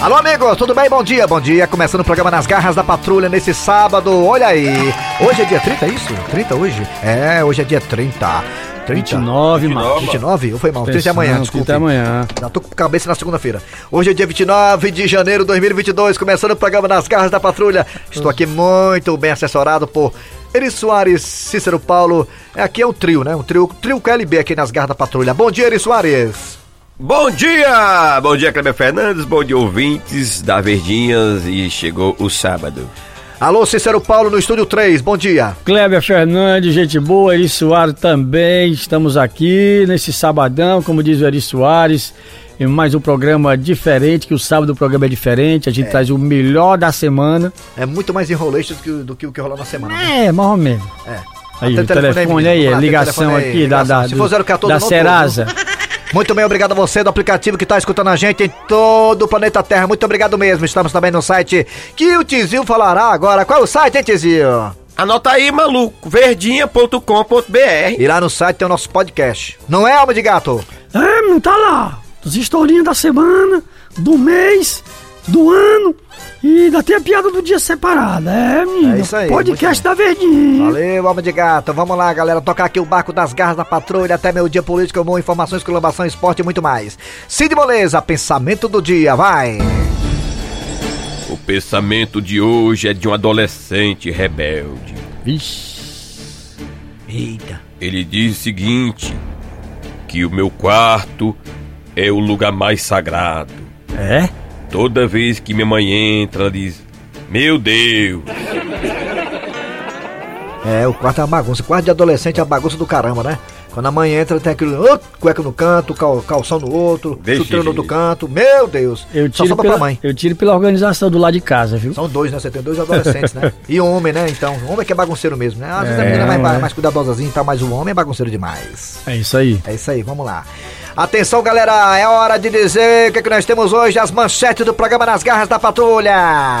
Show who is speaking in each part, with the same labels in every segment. Speaker 1: Alô, amigos, tudo bem? Bom dia, bom dia. Começando o programa Nas Garras da Patrulha nesse sábado. Olha aí. Hoje é dia 30, é isso? 30 hoje? É, hoje é dia 30. 30?
Speaker 2: 29, mano.
Speaker 1: 29? Ou foi mal? 30 de amanhã, desculpa.
Speaker 2: Até amanhã.
Speaker 1: Já tô com a cabeça na segunda-feira. Hoje é dia 29 de janeiro de 2022, começando o programa Nas Garras da Patrulha. Estou aqui muito bem assessorado por Eri Soares, Cícero Paulo. Aqui é um trio, né? Um trio, trio KLB aqui nas Garras da Patrulha. Bom dia, Eri Soares.
Speaker 3: Bom dia! Bom dia, Kleber Fernandes, bom dia, ouvintes da Verdinhas e chegou o sábado.
Speaker 1: Alô, Cícero Paulo no Estúdio 3, bom dia.
Speaker 2: Kleber Fernandes, gente boa, Eri Soares também. Estamos aqui nesse sabadão, como diz o Eri Soares. em mais um programa diferente, que o sábado o programa é diferente. A gente traz o melhor da semana.
Speaker 1: É muito mais enroleixo do que, o- do que o que rolou na semana. né?
Speaker 2: É, mais ou menos.
Speaker 1: É.
Speaker 2: Aí,
Speaker 1: Até
Speaker 2: o telefone,
Speaker 1: menino.
Speaker 2: aí, é,
Speaker 1: Ah, tem
Speaker 2: ligação
Speaker 1: telefone aí,
Speaker 2: aqui da,
Speaker 1: ligação.
Speaker 2: da,
Speaker 1: Se
Speaker 2: do-
Speaker 1: for é 014,
Speaker 2: da
Speaker 1: não tô.
Speaker 2: Serasa.
Speaker 1: Muito bem, obrigado a você do aplicativo que está escutando a gente em todo o planeta Terra. Muito obrigado mesmo. Estamos também no site que o Tizil falará agora. Qual é o site, hein, Tizil?
Speaker 3: Anota aí, maluco, verdinha.com.br.
Speaker 1: E lá no site tem o nosso podcast. Não é, alma de gato?
Speaker 4: É, menino, tá lá. As historinhas da semana, do mês, do ano e ainda tem a piada do dia separada. É, menino.
Speaker 1: É isso aí, muito
Speaker 4: Podcast da Verdinha.
Speaker 1: Valeu, alma de gato. Vamos lá, galera. Tocar aqui o barco das garras da patrulha até meu dia político, humor, informações, colaboração, esporte e muito mais. Cid Moleza, pensamento do dia, vai.
Speaker 3: O pensamento de hoje é de um adolescente rebelde.
Speaker 1: Eita.
Speaker 3: Ele diz o seguinte: que o meu quarto é o lugar mais sagrado.
Speaker 2: É?
Speaker 3: Toda vez que minha mãe entra, ela diz: Meu Deus!
Speaker 1: É, o quarto é uma bagunça. O quarto de adolescente é a bagunça do caramba, né? Quando a mãe entra, tem aquele ô, cueca no canto, cal- calção no outro,
Speaker 3: Vixe.
Speaker 1: chuteiro no outro canto. Meu Deus!
Speaker 2: Eu
Speaker 1: Só
Speaker 2: tiro,
Speaker 1: sobra
Speaker 2: pela,
Speaker 1: pra mãe.
Speaker 2: eu tiro pela organização do lado de casa, viu?
Speaker 1: São dois, né? Você tem dois adolescentes, né? E um homem, né? Então, o homem que é bagunceiro mesmo, né? Às vezes a
Speaker 2: É,
Speaker 1: menina é mais,
Speaker 2: né?
Speaker 1: mais cuidadosazinha e tal, mas o homem é bagunceiro demais.
Speaker 2: É isso aí.
Speaker 1: É isso aí, vamos lá. Atenção, galera, é hora de dizer o que, é que nós temos hoje, as manchetes do programa Nas Garras da Patrulha.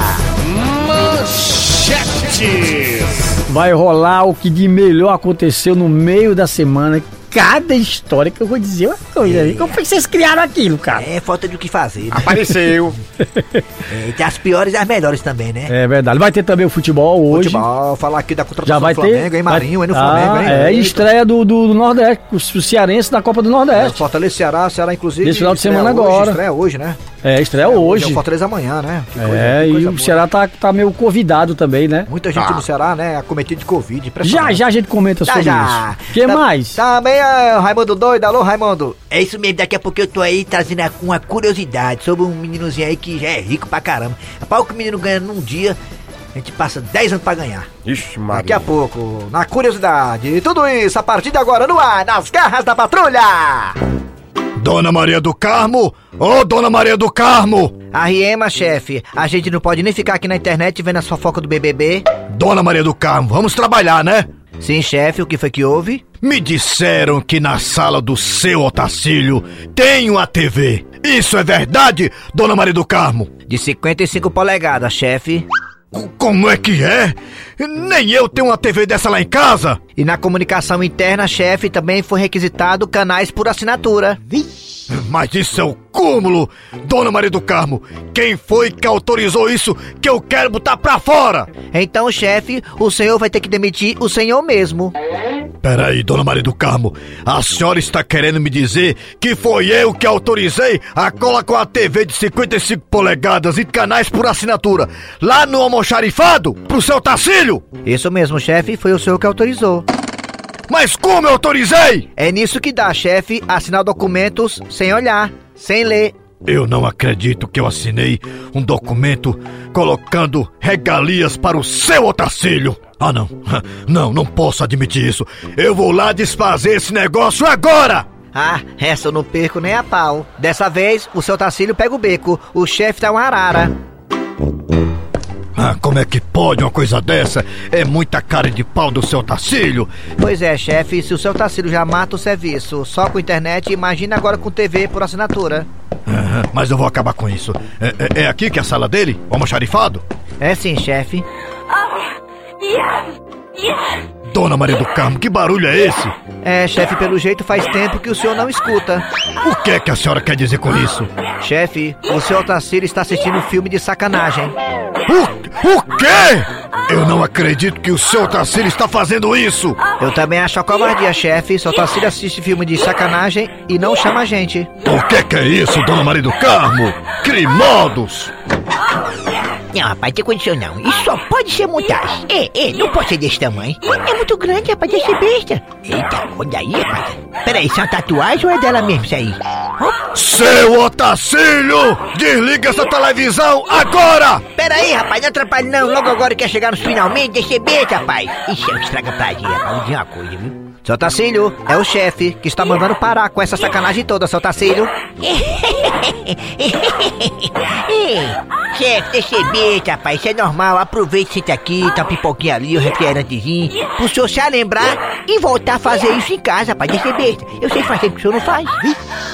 Speaker 2: Vai rolar o que de melhor aconteceu no meio da semana. Cada história que eu vou dizer é uma coisa aí. Como foi que vocês criaram aquilo, cara?
Speaker 1: É falta de o que fazer, né?
Speaker 3: Apareceu!
Speaker 1: É, tem as piores e as melhores também, né?
Speaker 2: É verdade. Vai ter também o futebol hoje.
Speaker 1: Futebol, falar aqui da contratação
Speaker 2: Já vai
Speaker 1: do
Speaker 2: ter.
Speaker 1: Flamengo, hein, Marinho,
Speaker 2: vai...
Speaker 1: hein, no Flamengo,
Speaker 2: ah,
Speaker 1: hein?
Speaker 2: É,
Speaker 1: Eita.
Speaker 2: estreia do, do, do Nordeste, o cearense na Copa do
Speaker 1: É,
Speaker 2: Nordeste.
Speaker 1: Fortaleza e Ceará, Ceará inclusive.
Speaker 2: Esse final de
Speaker 1: estreia
Speaker 2: semana
Speaker 1: hoje,
Speaker 2: agora.
Speaker 1: Estreia hoje, né?
Speaker 2: É, estreia
Speaker 1: É
Speaker 2: hoje.
Speaker 1: o Fortaleza amanhã, né? Que coisa-
Speaker 2: É,
Speaker 1: que
Speaker 2: e
Speaker 1: coisa
Speaker 2: o
Speaker 1: boa.
Speaker 2: Ceará tá, tá meio convidado também, né?
Speaker 1: Muita gente no Ceará, né? Acometido de Covid.
Speaker 2: Já,
Speaker 1: impressionante.
Speaker 2: já a gente comenta
Speaker 1: Já,
Speaker 2: sobre
Speaker 1: já.
Speaker 2: isso. O que
Speaker 1: Tá-
Speaker 2: mais?
Speaker 1: Também é o Raimundo doido. Alô, Raimundo.
Speaker 5: É isso mesmo, daqui a pouco eu tô aí trazendo a- uma curiosidade sobre um meninozinho aí que já é rico pra caramba. Rapaz, o que o menino ganha num dia, a gente passa 10 anos pra ganhar.
Speaker 3: Ixi,
Speaker 1: Daqui
Speaker 3: Maria.
Speaker 1: a pouco, na curiosidade. E tudo isso a partir de agora no ar, nas garras da patrulha.
Speaker 6: Dona Maria do Carmo? Ô, Dona Maria do Carmo!
Speaker 5: Arriema, chefe. A gente não pode nem ficar aqui na internet vendo as fofocas do BBB.
Speaker 6: Dona Maria do Carmo, vamos trabalhar, né?
Speaker 5: Sim, chefe, o que foi que houve?
Speaker 6: Me disseram que na sala do seu Otacílio tem uma TV. Isso é verdade, Dona Maria do Carmo?
Speaker 5: De 55 polegadas, chefe.
Speaker 6: C- Como é que é? Nem eu tenho uma TV dessa tá lá em casa.
Speaker 5: E na comunicação interna, chefe, também foi requisitado canais por assinatura.
Speaker 6: Mas isso é o cúmulo, Dona Maria do Carmo. Quem foi que autorizou isso que eu quero botar pra fora?
Speaker 5: Então, chefe, o senhor vai ter que demitir o senhor mesmo.
Speaker 6: Peraí, dona Maria do Carmo, a senhora está querendo me dizer que foi eu que autorizei a cola com a TV de 55 polegadas e canais por assinatura lá no almoxarifado pro seu Tacílio?
Speaker 5: Isso mesmo, chefe, foi o senhor que autorizou.
Speaker 6: Mas como eu autorizei?
Speaker 5: É nisso que dá, chefe, assinar documentos sem olhar, sem ler.
Speaker 6: Eu não acredito que eu assinei um documento colocando regalias para o seu Otacílio. Ah, não. Não, não posso admitir isso. Eu vou lá desfazer esse negócio agora!
Speaker 5: Ah, essa eu não perco nem a pau. Dessa vez, o seu Tacílio pega o beco, o chefe tá um arara.
Speaker 6: Ah, como é que pode uma coisa dessa? É muita cara de pau do seu Tacílio.
Speaker 5: Pois é, chefe, se o seu Tacílio já mata o serviço só com internet, imagina agora com TV por assinatura.
Speaker 6: Aham, Ah, mas eu vou acabar com isso. É, é- é aqui que é a sala dele? O almoxarifado?
Speaker 5: É sim, chefe.
Speaker 6: Dona Maria do Carmo, que barulho é esse?
Speaker 7: É, chefe, pelo jeito faz tempo que o senhor não escuta.
Speaker 6: O que é que a senhora quer dizer com isso?
Speaker 7: Chefe, o seu Otacílio está assistindo um filme de sacanagem.
Speaker 6: O, o quê? Eu não acredito que o seu Tarcílio está fazendo isso!
Speaker 7: Eu também acho a covardia, chefe. Seu Otacílio assiste filme de sacanagem e não chama a gente.
Speaker 6: O que é que é isso, Dona Maria do Carmo? Crimodos!
Speaker 1: Não, rapaz, tem condição não. Isso só pode ser montagem. Ei, ei, não pode ser desse tamanho. É muito grande, rapaz, deixa ser besta. Eita, olha aí, rapaz. Peraí, isso é uma tatuagem ou é dela mesmo isso aí?
Speaker 6: Seu Otacílio! Desliga essa televisão agora!
Speaker 1: Peraí, rapaz, não atrapalhe não. Logo agora quer chegar nos finalmente, deixa ser besta, rapaz. Isso é um estraga pra gente, rapaz. Vou dizer uma coisa, viu?
Speaker 7: Seu Otacílio, é o chefe que está mandando parar com essa sacanagem toda, seu Otacílio.
Speaker 1: Ei, chefe, deixa ser besta, rapaz. Isso é normal. Aproveite, senta aqui, tá uma pipoquinha ali, o um refrigerantezinho. Pro senhor se lembrar e voltar a fazer isso em casa, rapaz. Deixa ser besta. Eu sei que faz tempo que o senhor não faz.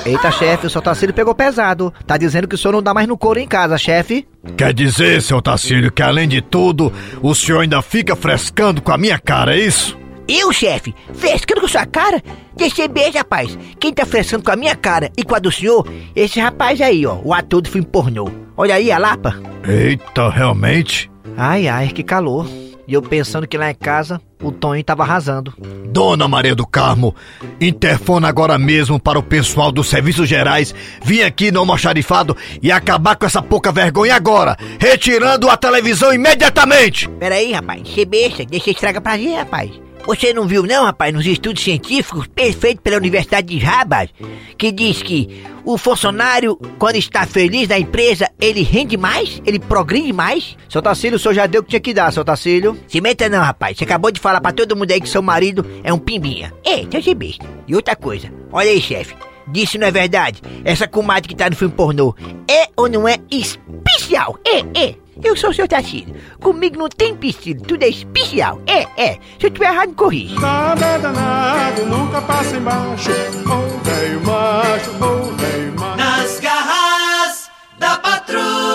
Speaker 7: Eita, chefe, o seu Otacílio pegou pesado. Tá dizendo que o senhor não dá mais no couro em casa, chefe.
Speaker 6: Quer dizer, seu Tarcílio, que além de tudo, o senhor ainda fica frescando com a minha cara, é isso?
Speaker 1: Eu, chefe, frescando com sua cara? Deixa ser besta, rapaz. Quem tá frescando com a minha cara e com a do senhor? Esse rapaz aí, ó, o ator do filme pornô. Olha aí a lapa.
Speaker 6: Eita, realmente?
Speaker 7: Ai, ai, que calor. E eu pensando que lá em casa o Tonho tava arrasando.
Speaker 6: Dona Maria do Carmo, interfona agora mesmo para o pessoal dos serviços gerais vir aqui no almoxarifado e acabar com essa pouca vergonha agora, retirando a televisão imediatamente!
Speaker 1: Peraí, rapaz, deixa besta, deixa estraga pra gente, rapaz. Você não viu não, rapaz, nos estudos científicos feitos pela Universidade de Harvard, que diz que o funcionário, quando está feliz na empresa, ele rende mais, ele progride mais?
Speaker 7: Seu Tacílio, o senhor já deu o que tinha que dar, seu Tacílio.
Speaker 1: Se meta não, rapaz. Você acabou de falar pra todo mundo aí que seu marido é um pimbinha. É, seu gibi. E outra coisa. Olha aí, chefe. Disse não é verdade? Essa comadre que tá no filme pornô é ou não é especial? É, é. Eu sou o seu Tacílio. Comigo não tem piscina, tudo é especial. É, é. Se eu tiver errado, me corrija.
Speaker 8: Nada é danado, nunca passa embaixo. Ou velho macho, ou velho macho.
Speaker 9: Nas garras da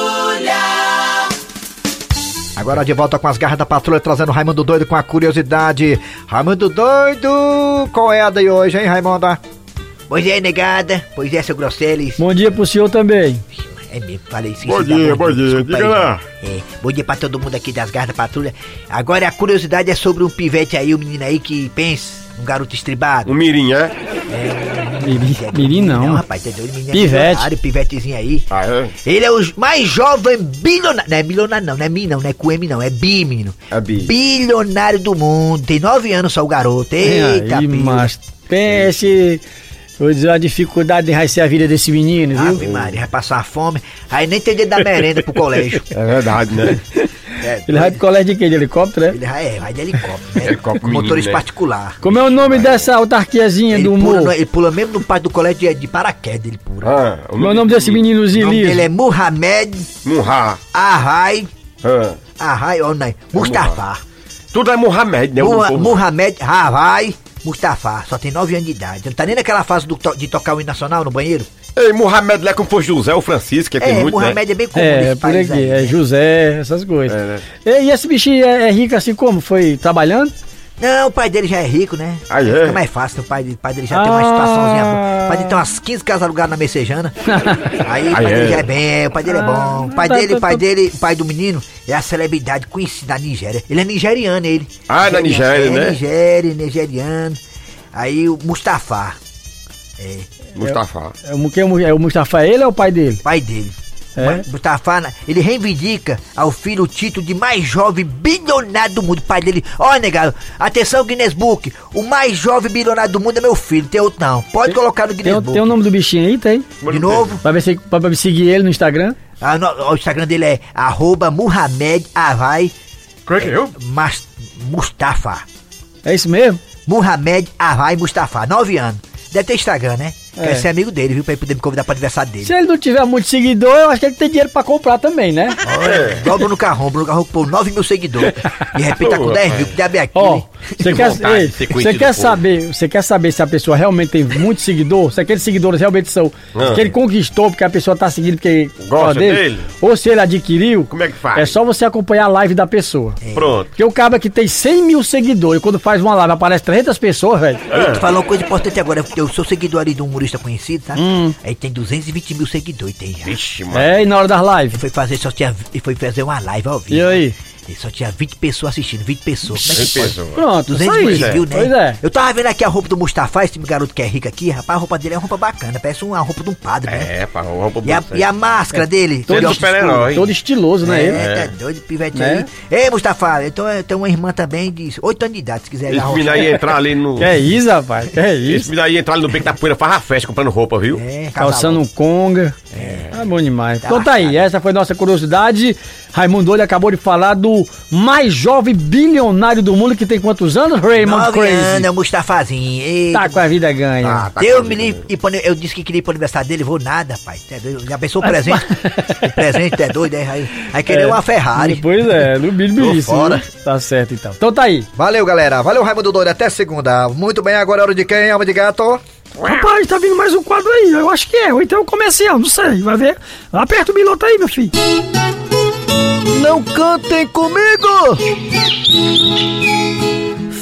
Speaker 9: patrulha.
Speaker 7: Agora de volta com as garras da patrulha, trazendo o Raimundo Doido com a curiosidade. Raimundo Doido, qual é a de hoje, hein, Raimonda?
Speaker 1: Pois é, negada. Pois é, seu Grosseles.
Speaker 2: Bom dia pro senhor também.
Speaker 1: É mesmo, falei isso.
Speaker 10: Bom dia, bom dia. Diga lá.
Speaker 1: É, bom dia pra todo mundo aqui das Gardas Patrulha. Agora a curiosidade é sobre um pivete aí, um menino aí que pensa, um garoto estribado.
Speaker 10: Um mirim, é?
Speaker 1: É,
Speaker 2: Mirim- mirim não.
Speaker 1: Não, rapaz, tá doido, menino é
Speaker 2: Pivete.
Speaker 1: milionário, pivetezinho aí.
Speaker 10: Ah, é?
Speaker 1: Ele é o mais jovem bilionário. Não é milionário, não, não é mi, não, não é com M, não, é bi, menino.
Speaker 10: É bi.
Speaker 1: Bilionário do mundo. Tem nove anos só o garoto. Eita,
Speaker 2: aí,
Speaker 1: pila.
Speaker 2: mas tem esse... Vou dizer uma dificuldade de enraizar a vida desse menino,
Speaker 1: Ave
Speaker 2: viu?
Speaker 1: Maria, vai passar fome. Aí nem tem dedo da merenda pro colégio.
Speaker 10: É verdade, né?
Speaker 1: É,
Speaker 2: Ele vai pro colégio de quê? De helicóptero, né?
Speaker 1: ele vai, é, vai de helicóptero, né?
Speaker 10: Helicóptero,
Speaker 1: Com motores
Speaker 10: menino, né? É
Speaker 1: particular.
Speaker 2: Como é o nome dessa autarquiazinha
Speaker 1: Ele
Speaker 2: do
Speaker 1: pula,
Speaker 2: humor?
Speaker 1: no- ele pula mesmo no pátio do colégio é de, de paraquedas, ele pula.
Speaker 10: Ah,
Speaker 3: um
Speaker 2: Como é o nome desse
Speaker 1: o
Speaker 2: meninozinho
Speaker 1: nome
Speaker 2: liso?
Speaker 1: dele é Muhammad
Speaker 10: Murra.
Speaker 1: Arrai,
Speaker 10: Ah.
Speaker 1: Arrai, ó, não, Mustafa.
Speaker 10: Tudo é Mohamed, né? O
Speaker 1: Muha-
Speaker 10: povo-
Speaker 1: Muhammad Arrai, Mustafa, só tem 9 anos de idade. Não tá nem naquela fase do to- de tocar o hino nacional no banheiro?
Speaker 10: Ei, Mohamed lá é como fosse José ou Francisco, que é,
Speaker 1: É,
Speaker 10: muito, né?
Speaker 1: Muhammad é bem comum
Speaker 2: É,
Speaker 1: nesse
Speaker 2: por
Speaker 1: país
Speaker 2: aqui,
Speaker 1: aí,
Speaker 2: é
Speaker 1: né?
Speaker 2: José, essas coisas.
Speaker 10: É, né?
Speaker 2: E, e esse bichinho é, é rico assim como? Foi trabalhando?
Speaker 1: Não, o pai dele já é rico, né?
Speaker 10: Ah, é?
Speaker 1: Fica mais fácil, o pai, dele- o pai dele já tem uma
Speaker 2: Ah.
Speaker 1: situaçãozinha boa. O pai dele tem umas 15 casas alugadas na Messejana. Aí o pai
Speaker 10: Ah, é?
Speaker 1: dele já é bem, o pai dele é bom. O pai
Speaker 2: tá,
Speaker 1: dele,
Speaker 2: tá,
Speaker 1: o pai
Speaker 2: tá.
Speaker 1: dele, o pai do menino é a celebridade conhecida da Nigéria. Ele é nigeriano, ele.
Speaker 10: Ah, da Nigéria,
Speaker 1: É,
Speaker 10: né?
Speaker 1: Nigéria, nigeriano. Aí o Mustafa,
Speaker 10: Mustafa.
Speaker 2: É o, que é o, é o Mustafa, ele é o pai dele?
Speaker 1: pai dele.
Speaker 2: É?
Speaker 1: Mustafa, né, ele reivindica ao filho o título de mais jovem bilionário do mundo. O pai dele, ó, negado, atenção, Guinness Book. O mais jovem bilionário do mundo é meu filho, tem outro não. Pode colocar no
Speaker 2: Tem,
Speaker 1: Guinness
Speaker 2: o-
Speaker 1: Book.
Speaker 2: tem um o nome do bichinho aí, tem?
Speaker 1: De novo,
Speaker 2: Pra ver se pra, pra seguir ele no Instagram.
Speaker 1: ah, no- o Instagram dele é arroba Muhammad Avai
Speaker 10: Como é que eu?
Speaker 1: Mas- Mustafa.
Speaker 2: É isso mesmo?
Speaker 1: Muhammad Avai Mustafa, 9 anos. Deve ter Instagram, né?
Speaker 2: É.
Speaker 1: Quero ser amigo dele, viu? Pra ele poder me convidar pro aniversário dele.
Speaker 2: Se ele não tiver muito seguidor, eu acho que ele tem dinheiro pra comprar também, né?
Speaker 1: Olha, igual o Bruno Carrão. Bruno Carrão pôs 9 mil seguidores. De repente tá com
Speaker 10: Boa,
Speaker 1: 10 mil, que diabo é aquilo,
Speaker 2: Ó,
Speaker 1: hein?
Speaker 2: Você quer,
Speaker 3: vontade
Speaker 2: ei,
Speaker 3: de ser
Speaker 2: você
Speaker 3: conhecido
Speaker 2: quer
Speaker 3: do povo.
Speaker 2: saber, você quer saber se a pessoa realmente tem muito seguidor, se aqueles seguidores realmente são
Speaker 3: Ah.
Speaker 2: que ele conquistou porque a pessoa tá seguindo porque
Speaker 10: Gosta
Speaker 2: ó,
Speaker 10: dele?
Speaker 2: ou se ele adquiriu.
Speaker 10: Como é que faz?
Speaker 2: É só você acompanhar a live da pessoa.
Speaker 1: É.
Speaker 10: Pronto.
Speaker 2: Porque o cara que tem 100 mil seguidores, quando faz uma live aparece 300 pessoas, velho.
Speaker 1: Tu falou uma coisa importante agora, porque eu sou seguidor ali de um humorista conhecido, sabe?
Speaker 7: Hum,
Speaker 2: Hum.
Speaker 1: Aí tem 220 mil seguidores, tem já.
Speaker 3: Vixe, mano.
Speaker 2: É, e na hora das lives.
Speaker 1: Foi fazer, só tinha, e foi fazer uma live ao vivo.
Speaker 2: E aí?
Speaker 1: E só tinha 20 pessoas assistindo, 20 pessoas. Como é que pode?
Speaker 10: Pessoa.
Speaker 2: Pronto, isso aí.
Speaker 1: 220 mil, né?
Speaker 2: Pois é.
Speaker 1: Eu tava vendo aqui a roupa do Mustafa, esse garoto que é rico aqui, rapaz, a roupa dele é uma roupa bacana, parece uma roupa de um padre, né?
Speaker 10: É, pá, vamos
Speaker 1: E a, e a máscara dele?
Speaker 2: é Todo
Speaker 1: Óculos
Speaker 10: super-herói.
Speaker 2: Todo estiloso, né? ele?
Speaker 1: É, tá doido, pivete
Speaker 2: Né?
Speaker 1: aí. Ei, Mustafa, eu, tô, eu tenho uma irmã também de 8 anos de idade, se quiser
Speaker 10: Esse menino
Speaker 1: roupa.
Speaker 10: aí entrar ali no.
Speaker 2: Que é isso, rapaz? Que é
Speaker 10: Esse
Speaker 2: isso?
Speaker 10: menino aí entrar ali no beco da poeira, farra a festa comprando roupa, viu?
Speaker 1: É,
Speaker 2: Calçando um conga. É. Ah, bom demais. então tá aí,
Speaker 1: bacana.
Speaker 2: essa foi nossa curiosidade. Raimundo Olho acabou de falar do mais jovem bilionário do mundo que tem quantos anos, Raymond
Speaker 1: 9
Speaker 2: Crazy?
Speaker 1: anos, é o Mustafazinho. Ei,
Speaker 2: Tá com a vida ganha.
Speaker 10: Ah, tá
Speaker 1: Deus
Speaker 10: com
Speaker 1: me
Speaker 10: a vida
Speaker 1: livre. E quando eu- eu disse que queria ir pro aniversário dele, vou nada, pai. Tá doido? Já pensou o presente? o presente é doido, é? Aí, aí querer uma Ferrari.
Speaker 2: Pois é, no bilho
Speaker 7: fora.
Speaker 2: Tá certo então. Então tá aí.
Speaker 7: Valeu, galera. Valeu, Raimundo Doido. Até segunda. Muito bem, agora é hora de quem? Alma de gato.
Speaker 11: Rapaz, tá vindo mais um quadro aí. Eu acho que é. Ou então é um comercial, não sei. Vai ver. Aperta o biloto aí, meu filho.
Speaker 7: Não cantem comigo!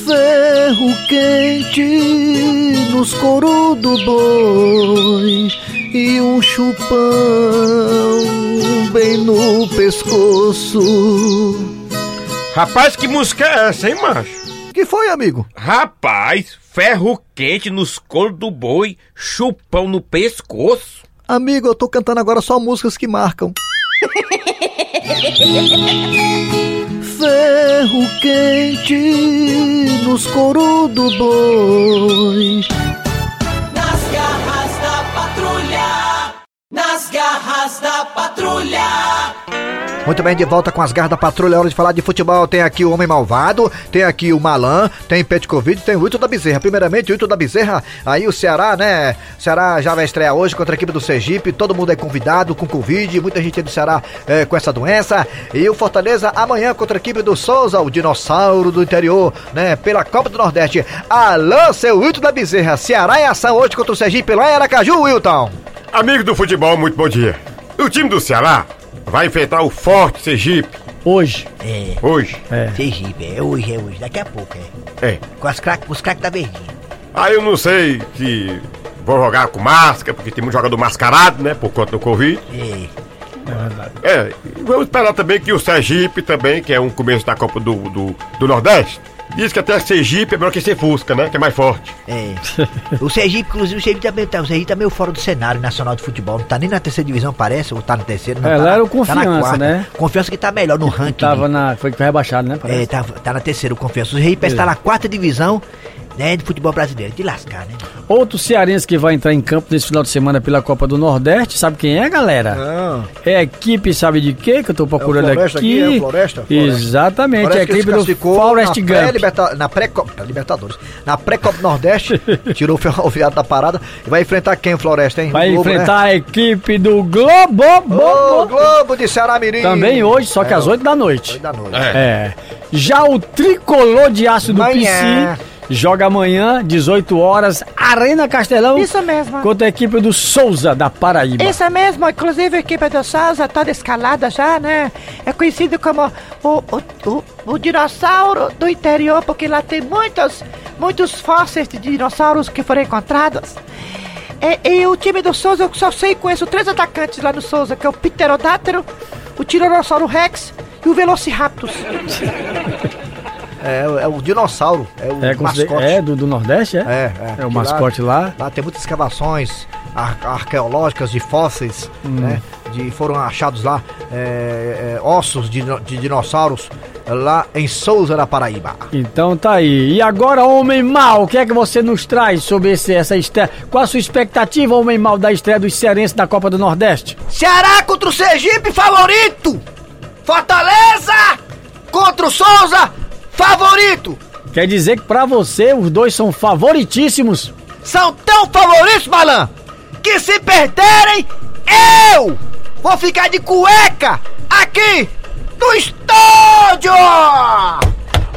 Speaker 7: Ferro quente nos coru do boi e um chupão bem no pescoço.
Speaker 10: Rapaz, que música é essa, hein, macho?
Speaker 7: Que foi, amigo?
Speaker 3: Rapaz, ferro quente nos coros do boi, chupão no pescoço.
Speaker 7: Amigo, eu tô cantando agora só músicas que marcam. Ferro quente nos coru do boi
Speaker 9: Nas garras da patrulha. Nas garras da patrulha.
Speaker 7: Muito bem, de volta com as garras da patrulha, é hora de falar de futebol. Tem aqui o Homem Malvado, tem aqui o Malan, tem Petkovic, tem o Hilton da Bezerra. Primeiramente, o Hilton da Bezerra, aí o Ceará, né? O Ceará já vai estrear hoje contra a equipe do Sergipe, todo mundo é convidado com Covid, muita gente é do Ceará eh, com essa doença. E o Fortaleza amanhã contra a equipe do Souza, o dinossauro do interior, né? Pela Copa do Nordeste. Alô, seu Hilton da Bezerra, Ceará em ação hoje contra o Sergipe lá em Aracaju, Wilton.
Speaker 10: Amigo do futebol, muito bom dia. O time do Ceará vai enfrentar o Forte Sergipe
Speaker 2: Hoje.
Speaker 1: É,
Speaker 10: hoje.
Speaker 1: Sergipe, é hoje, é hoje. Daqui a pouco, é.
Speaker 10: É.
Speaker 1: Com as crack, com os craques da verdinha.
Speaker 10: Aí eu não sei que vou jogar com máscara, porque tem muito jogador mascarado, né? Por conta do Covid.
Speaker 1: É.
Speaker 10: É, e vamos esperar também que o Sergipe também, que é um começo da Copa do, do, do Nordeste, diz que até Sergipe é melhor que ser Fusca, né? Que é mais forte.
Speaker 1: É. O Sergipe, inclusive, o Sergipe também tá, o Sergipe tá meio fora do cenário nacional de futebol. Não tá nem na terceira divisão, parece, ou tá na terceira. Não
Speaker 2: É,
Speaker 1: tá
Speaker 2: lá
Speaker 1: na-
Speaker 2: era o
Speaker 1: tá na
Speaker 2: Confiança,
Speaker 1: quarta.
Speaker 2: né?
Speaker 1: Confiança que tá melhor no ranking.
Speaker 2: Tava na. Foi rebaixado, né?
Speaker 1: É, tá, tá na terceira, o Confiança. O Sergipe parece que tá na quarta divisão, né, de futebol brasileiro. De lascar, né?
Speaker 2: Outro cearense que vai entrar em campo nesse final de semana pela Copa do Nordeste, sabe quem é, galera?
Speaker 11: Ah.
Speaker 2: É a equipe, sabe de quê? Que eu tô procurando
Speaker 7: Floresta
Speaker 2: aqui.
Speaker 7: aqui, é o Floresta? Floresta.
Speaker 2: Exatamente,
Speaker 7: Parece
Speaker 2: é a
Speaker 7: que se
Speaker 2: equipe do
Speaker 7: classificou
Speaker 2: Forest
Speaker 7: na
Speaker 2: Gump.
Speaker 7: pré-liberta- Na pré-copa, Libertadores. Na pré-copa Nordeste, tirou o ferroviário da parada. E vai enfrentar quem, o Floresta, hein?
Speaker 2: Vai
Speaker 7: O Globo,
Speaker 2: enfrentar
Speaker 7: né?
Speaker 2: a equipe do Globo.
Speaker 7: Ô,
Speaker 2: Globo.
Speaker 7: Globo de Ceará Mirim.
Speaker 2: Também hoje, só que
Speaker 1: É,
Speaker 11: É,
Speaker 2: às 8 da
Speaker 7: Hoje
Speaker 2: noite.
Speaker 7: da noite.
Speaker 2: É. Já o tricolor de aço do
Speaker 7: Amanhã.
Speaker 2: PC joga amanhã, 18 horas, Arena Castelão.
Speaker 4: é
Speaker 12: Isso mesmo.
Speaker 2: Contra a equipe do Souza, da Paraíba.
Speaker 12: Isso é mesmo, inclusive a equipe do Souza toda escalada já, né? É conhecido como o, o, o, o dinossauro do interior, porque lá tem muitos, muitos fósseis de dinossauros que foram encontrados. E, e o time do Souza, eu só sei e conheço três atacantes lá no Souza, que é o Pterodátero, o Tiranossauro Rex e o Velociraptor.
Speaker 7: É, é o dinossauro. É o
Speaker 2: É, consider-
Speaker 7: mascote.
Speaker 2: é do, do Nordeste, é?
Speaker 7: É, é.
Speaker 2: É o mascote lá.
Speaker 7: Lá tem muitas escavações ar- arqueológicas de fósseis,
Speaker 2: Hum.
Speaker 7: né? De, foram achados lá é, é, ossos de, dino- de dinossauros lá em Souza, na Paraíba.
Speaker 2: Então tá aí. E agora, Homem Mal, o que é que você nos traz sobre esse, essa estreia? Qual a sua expectativa, Homem Mal, da estreia dos cearenses da Copa do Nordeste?
Speaker 7: Ceará contra o Sergipe, favorito! Fortaleza contra o Souza, favorito!
Speaker 2: Quer dizer que pra você os dois são favoritíssimos?
Speaker 7: São tão favoritos, Balan, que se perderem, eu vou ficar de cueca aqui no estádio!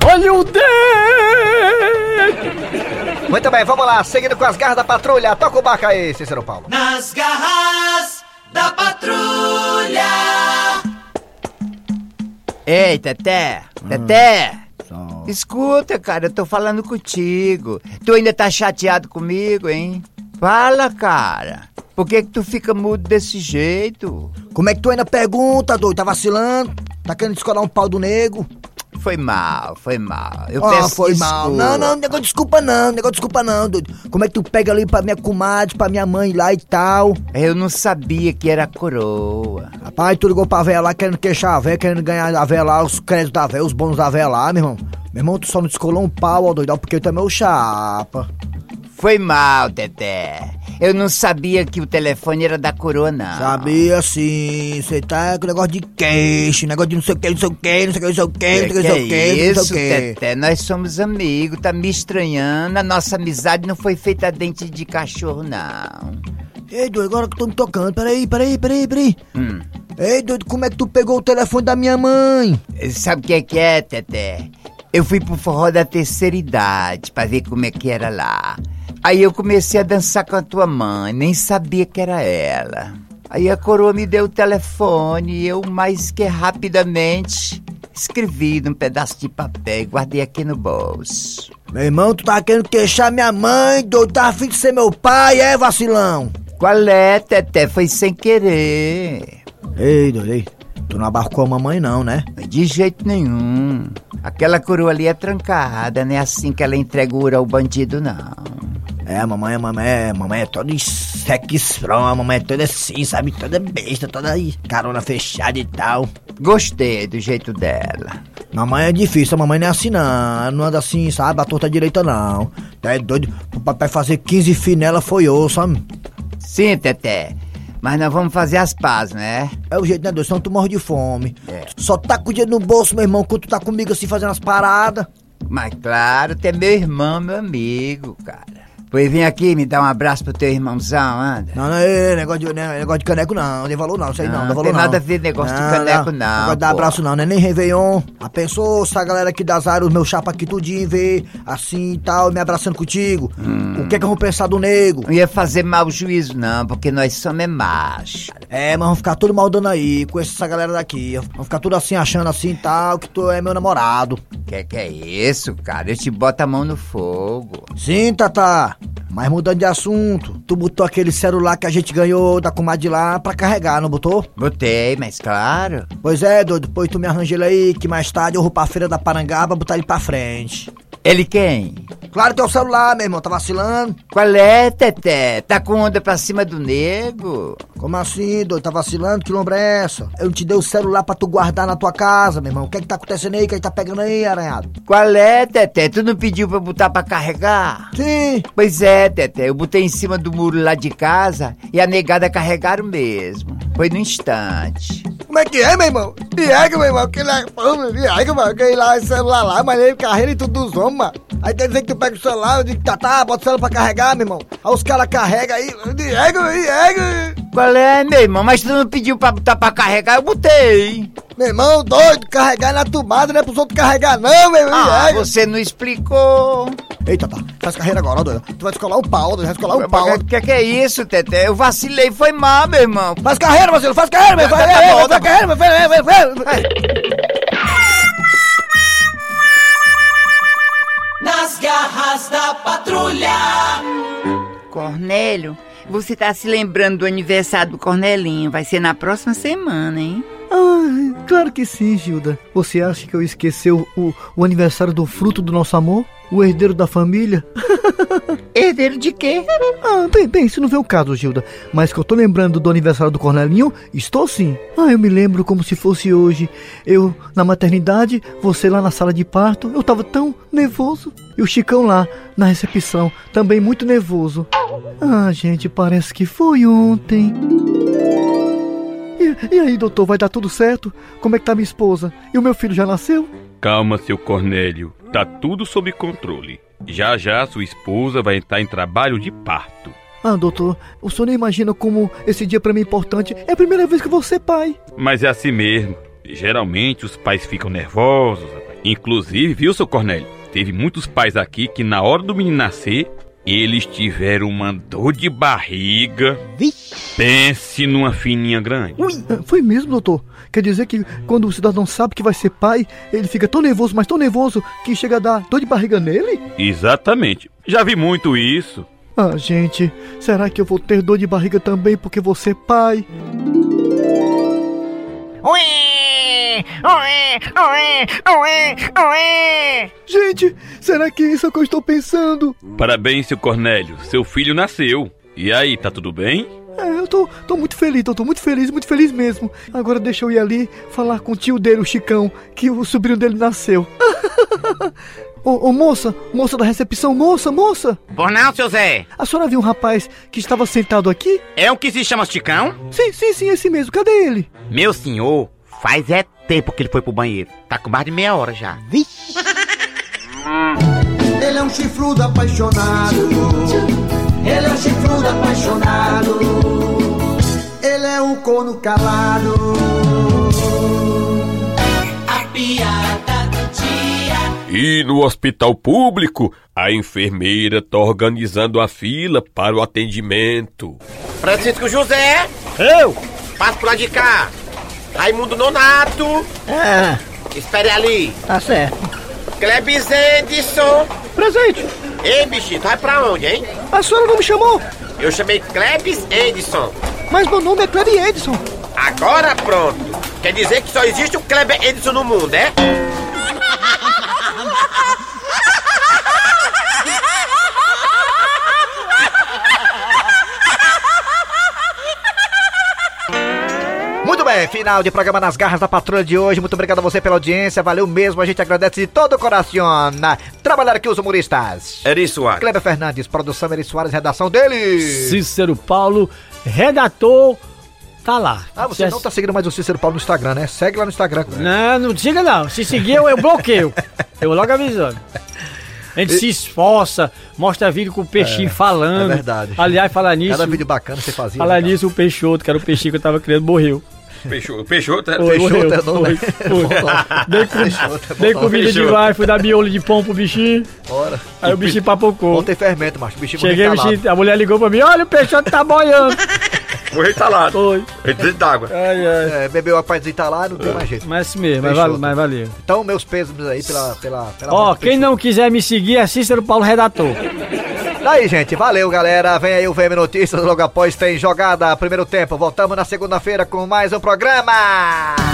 Speaker 13: Olha o dedo!
Speaker 14: Muito bem, vamos lá, seguindo com as garras da patrulha. Toca o barco aí, Cícero Paulo.
Speaker 9: Nas garras da patrulha.
Speaker 15: Ei, Teté! Teté! Escuta, cara, eu tô falando contigo. Tu ainda tá chateado comigo, hein? Fala, cara. Por que que tu fica mudo desse jeito?
Speaker 1: Como é que tu ainda pergunta, doido? Tá vacilando? Tá querendo descolar um pau do nego?
Speaker 15: Foi mal, foi mal. Eu
Speaker 1: Ah,
Speaker 15: peço
Speaker 1: foi
Speaker 15: desculpa.
Speaker 1: mal. Não, não, negócio de desculpa não, negócio de desculpa não, doido. Como é que tu pega ali pra minha comadre, pra minha mãe lá e tal?
Speaker 15: Eu não sabia que era coroa.
Speaker 1: Rapaz, tu ligou pra véia lá querendo queixar a véia, querendo ganhar a véia lá, os créditos da véia, os bônus da véia lá, meu irmão. Meu irmão, tu só não descolou um pau, ó, doidão, porque tu é meu chapa.
Speaker 15: Foi mal, Teté. Eu não sabia que o telefone era da coroa, não.
Speaker 1: Sabia sim, você tá com negócio de queixo, negócio de não sei o que, não sei o que, não sei o que, não sei o que, não sei o É que, não sei o que, não
Speaker 15: é isso,
Speaker 1: sei o que.
Speaker 15: Teté? Nós somos amigos, tá me estranhando. A nossa amizade não foi feita a dente de cachorro, não.
Speaker 1: Ei, doido, agora que eu tô me tocando, peraí, peraí, peraí, peraí.
Speaker 15: Hum.
Speaker 1: Ei, doido, como é que tu pegou o telefone da minha mãe?
Speaker 15: Sabe o que é que é, Teté? Eu fui pro forró da terceira idade pra ver como é que era lá. Aí eu comecei a dançar com a tua mãe, nem sabia que era ela. Aí a coroa me deu o telefone e eu, mais que rapidamente, escrevi num pedaço de papel e guardei aqui no bolso.
Speaker 1: Meu irmão, tu tava querendo queixar minha mãe, doido, tava afim de ser meu pai, é, vacilão?
Speaker 15: Qual é, Teté? Foi sem querer.
Speaker 1: Ei, doido, ei, tu não abarcou a mamãe não, né?
Speaker 15: De jeito nenhum. Aquela coroa ali é trancada, não é assim que ela entrega ouro ao bandido, não.
Speaker 1: É, mamãe, mamãe, mamãe é toda sexprão, a mamãe é toda assim, sabe? Toda besta, toda aí, carona fechada e tal.
Speaker 15: Gostei do jeito dela.
Speaker 1: Mamãe é difícil, a mamãe não é assim não, ela não anda assim, sabe? A torta direita não. Tu É doido, o papai fazer 15 finela foi osso, sabe?
Speaker 15: Sim, Teté. Mas nós vamos fazer as pazes, né?
Speaker 1: É o jeito, né, doido? Senão tu morre de fome.
Speaker 15: É.
Speaker 1: Só tá com o dinheiro no bolso, meu irmão, quando tu tá comigo assim fazendo as paradas.
Speaker 15: Mas claro, tu é meu irmão, meu amigo, cara. Pois vem aqui me dar um abraço pro teu irmãozão, anda.
Speaker 1: Não, não, é negócio de, né, negócio de caneco não, não tem valor não, isso aí não,
Speaker 15: Não,
Speaker 1: não tem valor
Speaker 15: tem
Speaker 1: não.
Speaker 15: nada a ver negócio de caneco, não,
Speaker 1: Não vai dar
Speaker 15: pô.
Speaker 1: abraço não, né? Nem Réveillon. A pessoa, essa galera aqui das áreas, os meus chapa aqui tudinho, vê assim e tal, me abraçando contigo.
Speaker 15: Hum.
Speaker 1: O que é que eu vou pensar do nego?
Speaker 15: Não ia fazer mau juízo, não, porque nós somos é macho.
Speaker 1: É, mas vão ficar tudo maldando aí, com essa galera daqui. Vão ficar tudo assim, achando assim e tal, que tu é meu namorado.
Speaker 15: Que que é isso, cara? Eu te boto a mão no fogo.
Speaker 1: Sim, Tata. Mas mudando de assunto, tu botou aquele celular que a gente ganhou da comadre lá pra carregar, não botou?
Speaker 15: Botei, mas claro.
Speaker 1: Pois é, doido, depois tu me arranja ele aí, que mais tarde eu vou pra feira da Parangaba botar ele pra frente.
Speaker 15: Ele quem?
Speaker 1: Claro que é o celular, meu irmão, tá vacilando.
Speaker 15: Qual é, Teté? Tá com onda pra cima do nego?
Speaker 1: Como assim, doido? Tá vacilando? Que lombra é essa? Eu te dei o celular pra tu guardar na tua casa, meu irmão. O que é que tá acontecendo aí? O que é que tá pegando aí, aranhado?
Speaker 15: Qual é, Teté? Tu não pediu pra botar pra carregar?
Speaker 1: Sim.
Speaker 15: Pois é, Teté. Eu botei em cima do muro lá de casa e a negada carregaram mesmo. Foi no instante.
Speaker 1: Como é que é, meu irmão? Viega, meu irmão, que lá. Viega, mano, que lá, esse celular lá, mas ele carreira e tudo dos homens, mano. Aí tem dizer que tu pega o celular, eu digo, tá, tá, bota o celular pra carregar, meu irmão. Aí os caras carregam aí, "É viega, viega.
Speaker 15: Qual é, meu irmão? Mas tu não pediu pra botar pra carregar, eu botei.
Speaker 1: Meu irmão, doido, carregar na tomada, não é pros outros carregar, não, meu irmão.
Speaker 15: Ah,
Speaker 1: viega.
Speaker 15: você não explicou.
Speaker 1: Eita, tá, faz carreira agora, ó, doido. Tu vai descolar o pau, doido, vai descolar o pau.
Speaker 15: O que, que é isso, Teté? Eu vacilei, foi mal, meu irmão.
Speaker 1: Faz carreira, Marcelo, faz carreira, meu, faz,
Speaker 15: Tá, tá
Speaker 1: é, é,
Speaker 15: bom,
Speaker 1: faz
Speaker 15: tá bom.
Speaker 1: carreira, meu, faz, faz, faz, faz.
Speaker 9: Nas garras da patrulha.
Speaker 16: Cornélio, você tá se lembrando do aniversário do Cornelinho. Vai ser na próxima semana, hein?
Speaker 4: Ah, claro que sim, Gilda. Você acha que eu esqueci o, o- o aniversário do fruto do nosso amor? O herdeiro da família?
Speaker 16: Herdeiro de quê?
Speaker 4: Ah, bem, bem, isso não vem o caso, Gilda. Mas que eu tô lembrando do aniversário do Cornelinho, estou sim. Ah, eu me lembro como se fosse hoje. Eu na maternidade, você lá na sala de parto. Eu tava tão nervoso. E o Chicão lá, na recepção, também muito nervoso. Ah, gente, parece que foi ontem. E, e aí, doutor, vai dar tudo certo? Como é que tá minha esposa? E o meu filho já nasceu?
Speaker 17: Calma, seu Cornélio. Tá tudo sob controle. Já já sua esposa vai entrar em trabalho de parto.
Speaker 4: Ah, doutor, o senhor nem imagina como esse dia pra mim é importante. É a primeira vez que eu vou ser pai.
Speaker 17: Mas é assim mesmo. Geralmente os pais ficam nervosos, rapaz. Inclusive, viu, seu Cornélio? Teve muitos pais aqui que na hora do menino nascer, eles tiveram uma dor de barriga. Pense numa fininha grande.
Speaker 4: Ah, Foi mesmo, doutor. Quer dizer que quando o cidadão sabe que vai ser pai, ele fica tão nervoso, mas tão nervoso, que chega a dar dor de barriga nele?
Speaker 17: Exatamente. Já vi muito isso.
Speaker 4: Ah, gente, será que eu vou ter dor de barriga também porque vou ser pai?
Speaker 7: Ué, ué, ué, ué, ué.
Speaker 4: Gente, será que isso é o que eu estou pensando?
Speaker 17: Parabéns, seu Cornélio. Seu filho nasceu. E aí, tá tudo bem?
Speaker 4: É, eu tô, tô muito feliz, tô, tô muito feliz, muito feliz mesmo. Agora deixa eu ir ali falar com o tio dele, o Chicão, que o sobrinho dele nasceu. ô, ô, moça, moça da recepção, moça, moça!
Speaker 18: Por não, seu Zé?
Speaker 4: A senhora viu um rapaz que estava sentado aqui?
Speaker 18: É o que se chama Chicão?
Speaker 4: Sim, sim, sim, esse mesmo, cadê ele?
Speaker 18: Meu senhor, faz é tempo que ele foi pro banheiro. Tá com mais de meia hora já. Vixe.
Speaker 7: Ele é um chifrudo apaixonado. Ele é um chifrudo apaixonado. Ele é um corno calado.
Speaker 9: A piada do dia.
Speaker 17: E no hospital público, a enfermeira tá organizando a fila para o atendimento.
Speaker 18: Francisco José. Eu. Passa pro lado de cá. Raimundo Nonato.
Speaker 19: Ah,
Speaker 18: Espere ali.
Speaker 19: tá certo.
Speaker 18: Kleber Zendisson.
Speaker 19: Presente.
Speaker 18: Ei, bichito, vai pra onde, hein?
Speaker 19: A senhora não me chamou,
Speaker 18: Eu chamei Klebs Edison.
Speaker 19: mas meu nome é Clery Edson.
Speaker 18: Agora pronto. Quer dizer que só existe um Kleber Edison no mundo, é?
Speaker 1: Muito bem, final de programa Nas Garras da Patrulha de hoje. Muito obrigado a você pela audiência. Valeu mesmo, a gente agradece de todo o coração. Trabalhar aqui os humoristas.
Speaker 10: Eri Soares.
Speaker 1: Kleber Fernandes, produção Eri Soares, redação dele.
Speaker 2: Cícero Paulo, redator, tá lá.
Speaker 1: Ah, você não tá seguindo mais o Cícero Paulo no Instagram, né? Segue lá no Instagram.
Speaker 2: Não, não diga não. Se seguir, eu, eu bloqueio. eu logo avisando. A gente se esforça, mostra vídeo com o peixinho
Speaker 1: É,
Speaker 2: falando.
Speaker 1: é verdade.
Speaker 2: Aliás, falar nisso.
Speaker 1: Cada vídeo bacana você fazia.
Speaker 2: Falar nisso, o Peixoto, que era o peixinho que eu tava criando, morreu.
Speaker 10: Peixoto.
Speaker 18: tá?
Speaker 1: É
Speaker 10: Peixoto,
Speaker 2: Foi, morreu,
Speaker 1: né?
Speaker 2: foi, foi. Dei, com-
Speaker 1: Peixoto, é
Speaker 2: dei comida
Speaker 1: Peixoto.
Speaker 2: demais, fui dar biolo de pão pro bichinho.
Speaker 1: Bora.
Speaker 2: Aí o bichinho papocou.
Speaker 1: Ontem fermento, macho. O bichinho
Speaker 2: Cheguei,
Speaker 1: morreu
Speaker 2: o
Speaker 1: calado.
Speaker 2: bichinho, a mulher ligou pra mim, olha o Peixoto tá boiando.
Speaker 10: Morreu entalado.
Speaker 2: Foi.
Speaker 10: Dentro d'água.
Speaker 2: Ai, ai. tá
Speaker 1: É, bebeu a parte de entalado, não tem mais jeito.
Speaker 2: Mas sim mesmo, mas,
Speaker 1: Peixoto.
Speaker 2: vale- mas valeu.
Speaker 1: Então, meus pêsames aí pela. pela, pela
Speaker 2: Ó, quem não quiser me seguir é Cícero Paulo Redator.
Speaker 1: Daí, gente, valeu, galera. Vem aí o VM Notícias, logo após tem jogada, primeiro tempo. Voltamos na segunda-feira com mais um programa.